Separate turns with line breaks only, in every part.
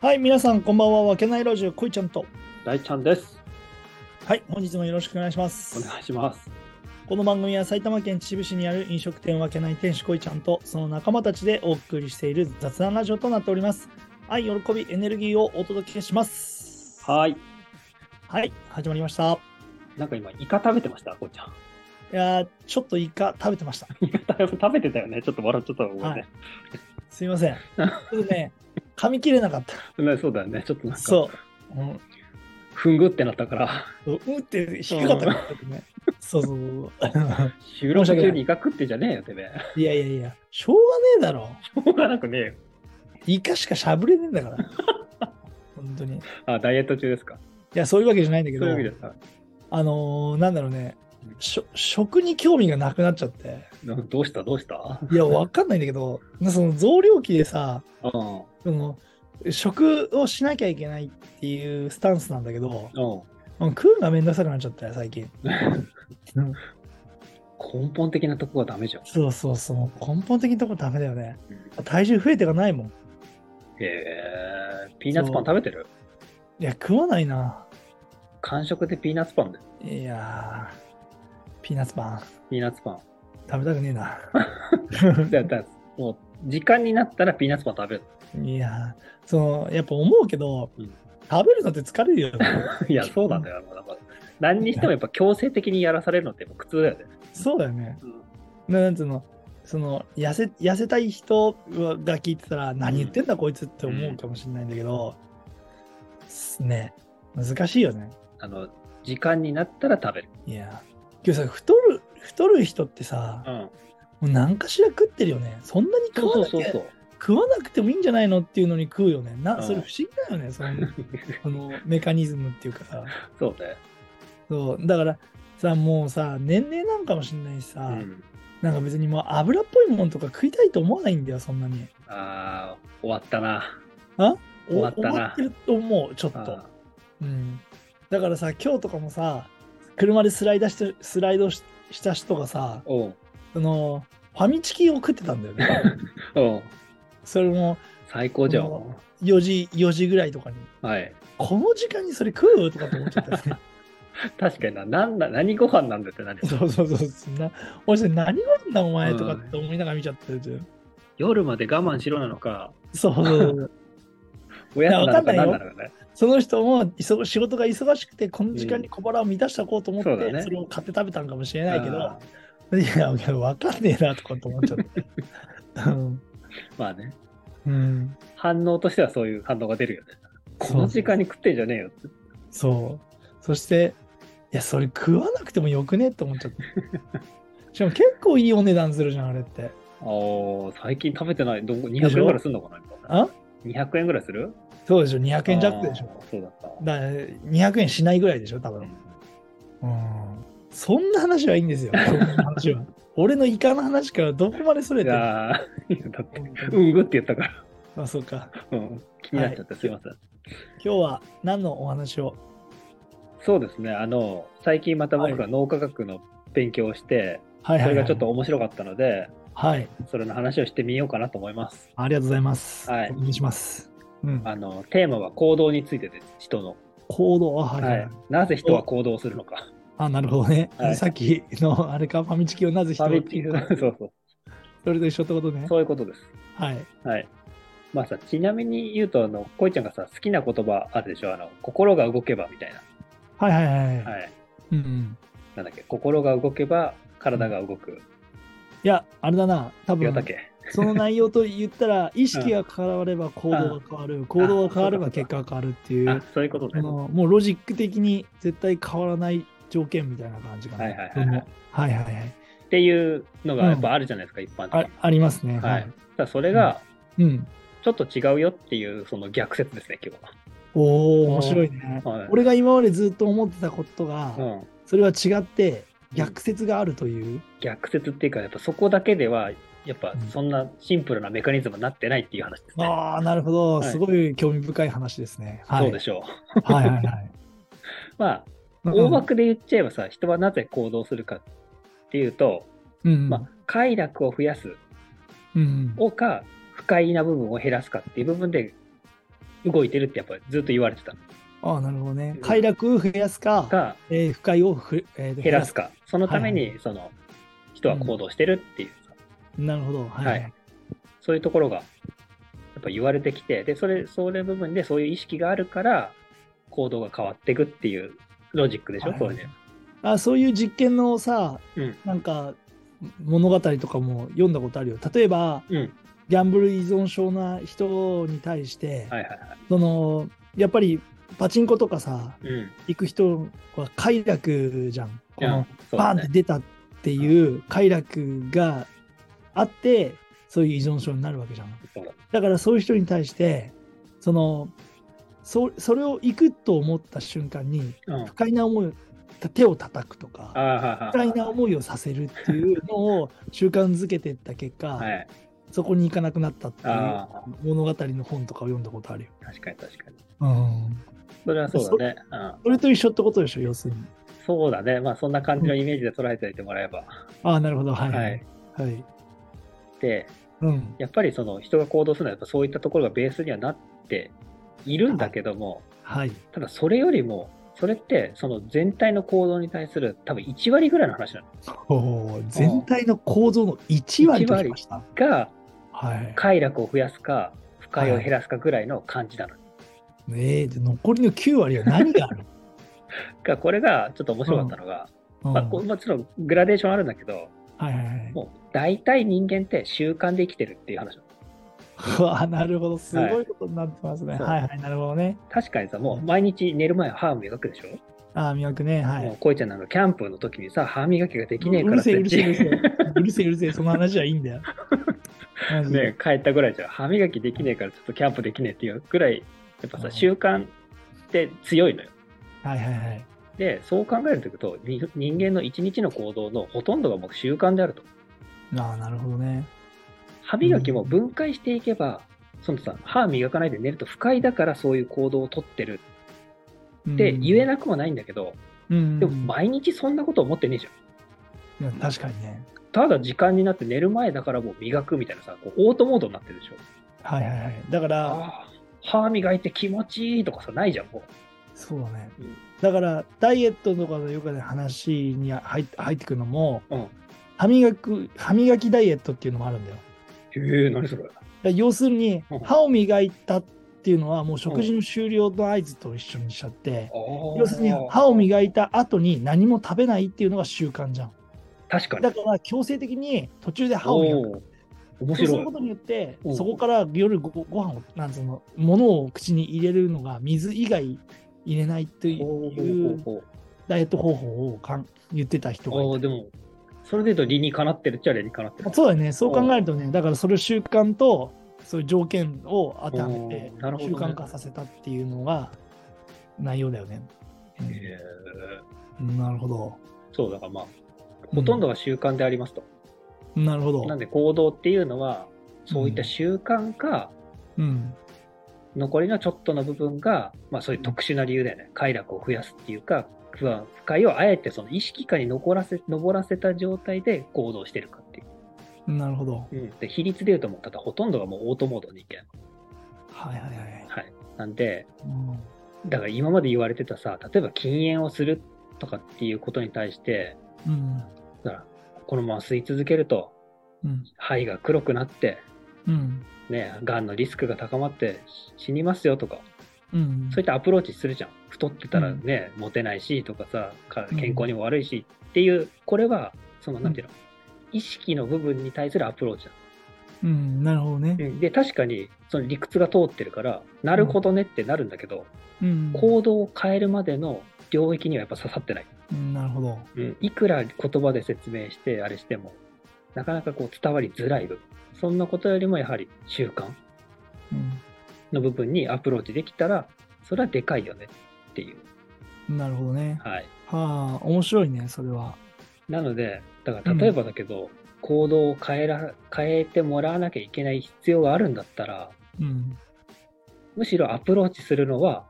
はい、皆さん、こんばんは。わけないラジオ、こいちゃんと。
大ちゃんです。
はい、本日もよろしくお願いします。
お願いします。
この番組は埼玉県秩父市にある飲食店わけない店主こいちゃんとその仲間たちでお送りしている雑談ラジオとなっております。愛、喜び、エネルギーをお届けします。
はーい。
はい、始まりました。い
なんか今、イカ食べてました、こうちゃん。
やー、ちょっとイカ食べてました。
イカ食べてたよね。ちょっと笑っちゃったのごめんね。
すいません。ちょっとね、噛み切れなかっ
ねそうだよね。ちょっとな
た。
んか、
そう。うん、
ふんぐってなったから、
そううんって低かったからね。そうそうそう。
収録中にイカ食ってんじゃねえよ、てめえ。
いやいやいや、しょうがねえだろ。
しょうがなくねえよ。
イカしかしゃぶれねえんだ から。本当に。い
あ、ダイエット中ですか。
や、そういうわけじゃないんだけ
そ
ど。
ういうわけですか。
あのーなんだろうね、しょ食に興味がなくなっちゃって。
などうしたどうした
いや、わかんないんだけど、なその増量期でさ、
うん。
その食をしなきゃいけないっていうスタンスなんだけど、
うん。
もう食うのがめんどくさくなっちゃったよ、最近。うん
根本的なとこはダメじゃん。
そうそうそう、根本的なとこダメだよね。
うん
体重増えてがないもん。
へえ。ピーナッツパン食べてる
いや、食わないな。
完食でピーナッツパンで。
いやー、ピーナッツパン、
ピーナッツパン。
食べたくねえな。
だから、もう、時間になったらピーナッツパン食べる。
いやー、その、やっぱ思うけど、
うん
食べるのって疲れるよ。
いや、そうなんだよ。なんか何にしてもやっぱ強制的にやらされるのってやっぱ苦痛だよね。
そうだよね。ななんつうの、その痩せ、痩せたい人が聞いてたら、何言ってんだこいつって思うかもしれないんだけど、すね、難しいよね。
あの、時間になったら食べる。
いや、今日さ、太る、太る人ってさ、
ん。
もう何かしら食ってるよね。そんなに
そ
食
う
わ
そう
なき
そう
ゃ
そう。
食わなくてもいいんじゃないのっていうのに食うよね。
う
な、
ん
それ不思議だよね、 その、そのメカニズムっていうかさ。
そうね。
そう、だから、さもうさ年齢なんかもしんないしさ、
うん。
なんか別にもう油っぽいものとか食いたいと思わないんだよそんなに
ああ、終わったな。
お
終わったな
終ってると思うちょっ
あ
と
ー、
うん、だからさ今日とかもさ車でスライドしてスライドしした人がさ
おう
そのファミチキを食ってたんだよ ね
おう
それも
最高じゃん。
も4時4時ぐらいとかに
はい。
この時間にそれ食うとかって思っちゃったよね
確かにな。なんだ、何ご飯なんだってなる よ
そうそうそうそん なおじ何があんだお前とかって思いながら見ちゃってる
夜まで我慢しろなのか、
そうそうそう
おやつなのか
いや
何
わ
な
か
のかね。
その人も忙仕事が忙しくてこの時間に小腹を満たしておこうと思って、
うんそうだね
それを買って食べたんかもしれないけど、
あー
いや、けど分かんねえなとかと思っちゃって。うん
まあね。
うん、
反応としてはそういう反応が出るよね。この時間に食ってんじゃねえよって。
そう。そして、いや、それ食わなくてもよくねって思っちゃった。しかも結構いいお値段するじゃん、あれって。
ああ、最近食べてない。ど
でし
こ
ょ
200円ぐらいするのかな今
あ
200円ぐらいする
そうでしょ、200円弱でしょ。
あーそうだった。
だから200円しないぐらいでしょ、多分。うん。そんな話はいいん ですよ、そんな話は。俺のイカの話からどこまでそれ
い
てるの
やー いやだって、
本当
う
に
んぐって言ったから、
あ、そうか。
うん、気になっちゃった、すいません。
今日は何のお話を
そうですね、あの、最近また僕
は
が脳科学の勉強をして、
はいはい、
そ
はい。
れがちょっと。面白かったので、
はい。
それの話をしてみようかなと思います。
ありがとうございます。
はい
お願いします。うん。
あの、テーマは行動についてです、人の。
行動は、はい、は
はいい。。なぜ人は行動するのか。
あ、なるほどね。
はい
さっきのあれか、ファミチキをなぜ人
そ
は
う そう。
それと一緒ってことね。
そういうことです。
はい。
はい。まあさ、ちなみに言うと、あの、こいちゃんがさ、好きな言葉あるでしょあの、心が動けばみたい
はいはいはい。
な。はい。
うんうん。
なんだっけ、心が動けば体が動く。
いや、あれだな。多
岩
分
竹。
その内容と言ったら、意識が変われば行動が変わる、行動が変われば結果が変わるってい
あ
う、
そういうこと
あ
ね。
のもうロジック的に絶対変わらない条件みたいな感じかな。
はいはいはい
そのはいはいはい
っていうのがやっぱあるじゃないですか、一般
あ
的に。。
ありますね。
はい。だからそれが
うん。
ちょっと違うよっていう、その逆説ですね、今
おー、面白いね
日。は。はい、
俺が今までずっと思ってたことが、
うん、
それは違って、逆説があるという。
逆説っていうか、やっぱそこだけでは、やっぱそんなシンプルなメカニズムになってないっていう話ですね。
ああ、なるほど、
はい
すごい興味深い話ですね。はい、
そうでしょう。
はいはいはい。
まあ、
うん
大枠で言っちゃえばさ、人はなぜ行動するかっていうと、
うん、
まあ、快楽を増やす
うん、
をか、不快な部分を減らすかっていう部分で動いてるってやっぱずっと言われてた
ああ、なるほどね
うん。
快楽を増やすか、
が
えー不快をふ、えーと
減らす。かそのためにその人は行動してるっていうさ
なるほど。はい。
はいそういうところがやっぱ言われてきてでそれそれ部分でそういう意識があるから行動が変わっていくっていうロジックでしょ
はい
これで。
あそういう実験のさ、
うん
なんか物語とかも読んだことあるよ。例えば、
うん
ギャンブル依存症な人に対して、
はいはいはい。
そのやっぱりパチンコとかさ、
うん。
行く人は快楽じゃん。こ
いや
の
そう
バー
だ
ンって
ね。
出たっていう快楽があって、そういう依存症になるわけじゃん。
そうだ
だからそういう人に対して、その、そそれを行くと思った瞬間に、
うん。
不快な思いを、手を叩くとか、
ああ
不快な思いをさせるっていうのを 習慣づけていった結果、
はいはい。
そこに行かなくなったっていう
あ
物語の本とかを読んだことあるよ。
あ、確かに確かに。
うん、
それはそうだね。うん、
それと一緒ってことでしょ、要するに。
そうだね。まあそんな感じのイメージで捉えておいてもらえば。
ああ、なるほど、はい。は
はいい。
はい
で、
うん、
やっぱりその人が行動するのはやっぱそういったところがベースにはなっているんだけども、
はい。
ただそれよりも、それってその全体の行動に対する多分1割ぐらいの話なの
おー全体の構造の1割と
一割
しました。
が、
はい。
快楽を増やすか、不快を減らすかぐらいの感じなの。
ねえ、で残りの9割は何があ る、
がこれがちょっと面白かったのが、
うん
まあ、こうもちろんグラデーションあるんだけど、
はいはいはい。
もう大体人間って習慣で生きてるっていう話なの
うわなるほど、すごいことになってますね。
そう
はい、はい、なるほどね。
確かにさ、もう毎日寝る前は歯磨くでしょ、
ああ、魅力ね。はい。
もうこいちゃんなんかキャンプの時にさ、歯磨きができねえ
う
か
る
らっ
せえ
て
うるせえうるせえ
ね、
うるせえうるせえその話はいいんだよ。マジで
帰ったぐらいじゃん、歯磨きできねえからちょっとキャンプできねえっていうぐらい、やっぱ
うん
さ、習慣って強いのよ。
はいはいはい。
で、そう考えるといくと、に人間の一日の行動のほとんどがもう習慣であると。
ああ、なるほどね。
歯磨きも分解していけば、そのさ、歯磨かないで寝ると不快だからそういう行動をとってる
うん
って言えなくもないんだけど、
うん、
でも毎日そんなこと思ってねえじゃん。
いや確かにね。
ただ時間になって寝る前だからもう磨くみたいなさ、こうオートモードになってるでしょ。
はいはいはい。だから、
ああ、歯磨いて気持ちいいとかさ、ないじゃん、も
そうだね
うん。
だから、ダイエットとかのよくね話に入って入ってくるのも、
う。うん。
歯磨く、歯磨きダイエットっていうのもあるんだよ。
へえ、何それ。
だから要するに
うん、
歯を磨いたっていうのは、もう食事の終了の合図と一緒にしちゃって、要するに歯を磨いた後に何も食べないっていうのが習慣じゃん。
確かに。
だから強制的に途中で歯を磨く。
おー面
そうす
白
る
い
こ。とによって
う、ん
そこから夜ごご飯を、なんつうの、ものを口に入れるのが水以外入れないとい
ほうほ
う
うほう
ダイエット方法をかん言ってた人
ほうお
が
ー
い
でも、それで言うと理にかなってるっちゃ理にかなってる
た。。そうだよね、そう考えるとね、だからそれを習慣と、そういう条件を当てはめて
おーなる、ほ
習
どね
慣化させたっていうのが内容だよね。
へえ
うんなるほど。
そう、だからまあ、ほとんどが習慣でありますと。
なるほど。
なんで行動っていうのは、そういった習慣か、
うん。
残りのちょっとの部分が、まあそういう特殊な理由だよね。快楽を増やすっていうか、不安不快をあえてその意識下に残らせ、登らせた状態で行動してるかっていう。
なるほど。
うん、で比率で言うともう、ただほとんどがもうオートモードにいけない。
はいはいはい。
はい。なんで、
うん
だから今まで言われてたさ、例えば禁煙をするとかっていうことに対して、
うん。
だからこのまま吸い続けると、
うん。
肺が黒くなって、
うん。
ね、がんのリスクが高まって死にますよとか、
うん
そういったアプローチするじゃん。太ってたらね、モテないしとかさ、か健康にも悪いしっていう、これは、その、なんていうの、意識の部分に対するアプローチだ。
うん、なるほどね。
うんで、確かに、その理屈が通ってるから、なるほどねってなるんだけど、
うん、
行動を変えるまでの領域にはやっぱ刺さってない。
うんなるほど。
うん、いくら言葉で説明して、あれしても、なかなかこう伝わりづらい部分。そんなことよりもやはり習慣
う
の部分にアプローチできたら、それはでかいよねっていう。
ん、なるほどね。
はい。
はあ、面白いね、それは。
なので、だから例えばだけど、行動を変えら変えてもらわなきゃいけない必要があるんだったら、
うん。
むしろアプローチするのは、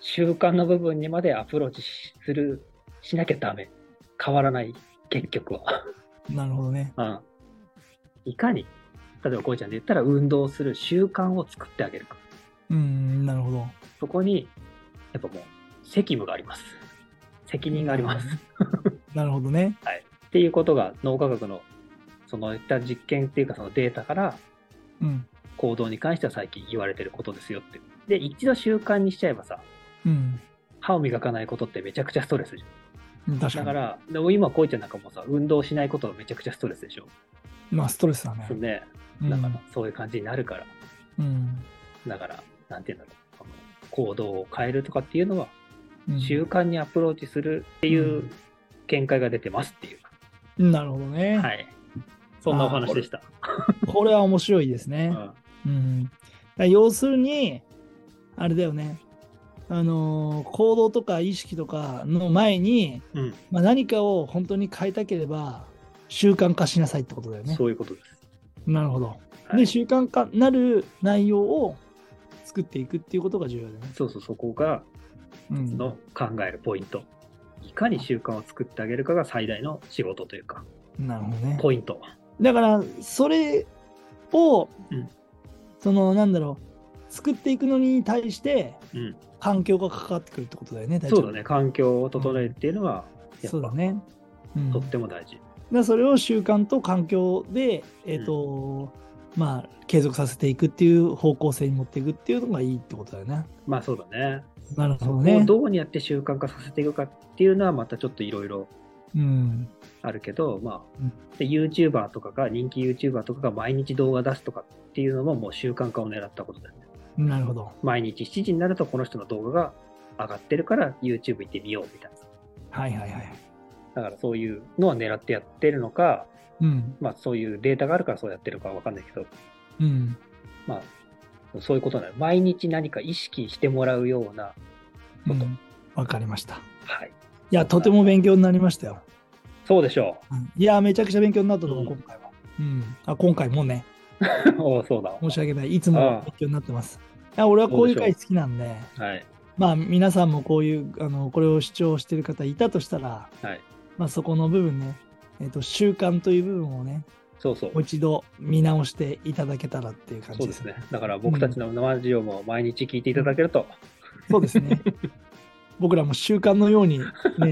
習慣の部分にまでアプローチしするしなきゃダメ。変わらない、結局は。
なるほどね。
うん、いかに、例えばこうちゃんで言ったら、運動する習慣を作ってあげるか。
うん、なるほど。
そこに、やっぱもう、責務があります。責任があります。っ
なるほどね。
ていうことが、脳科学の、そのいった実験っていうか、そのデータから、
うん。
行動に関しては最近言われてることですよって。で、一度習慣にしちゃえばさ、
うん。
歯を磨かないことってめちゃくちゃストレスじ
確か
ゃん。だ
に。
から、でも今、こういちゃんなんかもさ、運動しないことがめちゃくちゃストレスでしょ。
まあ、ストレスだね
そう。ね。
うん
だから、そういう感じになるから。
うん。
だから、なんていうんだろう。この行動を変えるとかっていうのは、
うん
習慣にアプローチするっていう
うん
見解が出てますっていう。
なるほどね。
はい。そんなお話でした。
これは面白いです
う
ね。
ん
うん。だから要するに、あれだよね。あのー行動とか意識とかの前に、
うん。
まあ、何かを本当に変えたければ、習慣化しなさいってことだよね。
そういうことです。
なるほど。
はい
で、習慣化なる内容を作っていくっていうことが重要だよね。
そうそう、そこが
うん、
の考えるポイント。いかに習慣を作ってあげるかが最大の仕事というか、
なるほどね。
ポイント。
だから、それを、
うん
その、なんだろう、作っていくのに対して、
うん。
環境が関わってくるってことだよね、大
そ
丈夫
うだね。環境を整えるっていうのは、や
そ
っ
うだ
ぱ、
ね。うん、
とっても大事。
だからそれを習慣と環境で、えっ、と、まあ、継続させていくっていう方向性に持っていくっていうのがいいってことだよね。
まあそうだね。
なるほど
こう
ね。
どうにやって習慣化させていくかっていうのは、またちょっといろいろ
うん。
あるけど、ま
うん
あ、で YouTuber とかが、人気 YouTuber とかが毎日動画出すとかっていうのももう習慣化を狙ったことだよね。
なるほど。
毎日7時になるとこの人の動画が上がってるから YouTube 行ってみようみたい
はいはいはい。
な。だからそういうのは狙ってやってるのか、
うん。
まあそういうデータがあるからそうやってるかはわかんないけど、
うん。
まあそういうことなの。毎日何か意識してもらうような、
う
ちょっ
んわ、かりました。い
はい。
や、とても勉強になりましたよ。
そうでしょ
うんいや、めちゃくちゃ勉強になったと思う、
うん
今回は。うん。あ、今回もね、
う。 おうそうだ。
申し訳ない。いつも
ああ
勉強になってます。いや俺はこういう回好きなんで、
はい。
まあ、皆さんもこういう、あの、これを主張してる方いたとしたら、
はい。
まあ、そこの部分ね、えっ、と、習慣という部分をね、
そうそう
もう。一度見直していただけたらっていう感じ
そ
で
うですす
ね
ね。。だから僕たちの生ラジオも毎日聞いていただけると、
そうです ね。僕らも習慣のように、ね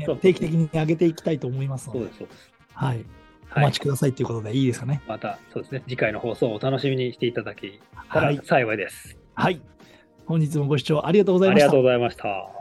そう、
定期的に上げていきたいと思います
そう
ので
で、す、そうです。
はい。お
はい
待ち。くださいということでいいですかね。
また、そうですね。次回の放送をお楽しみにしていただけた
は
ら
い。
幸いです。
はい。本日もご視聴ありがとうござい
あ
ま
り
し
が
た
とう。ございました。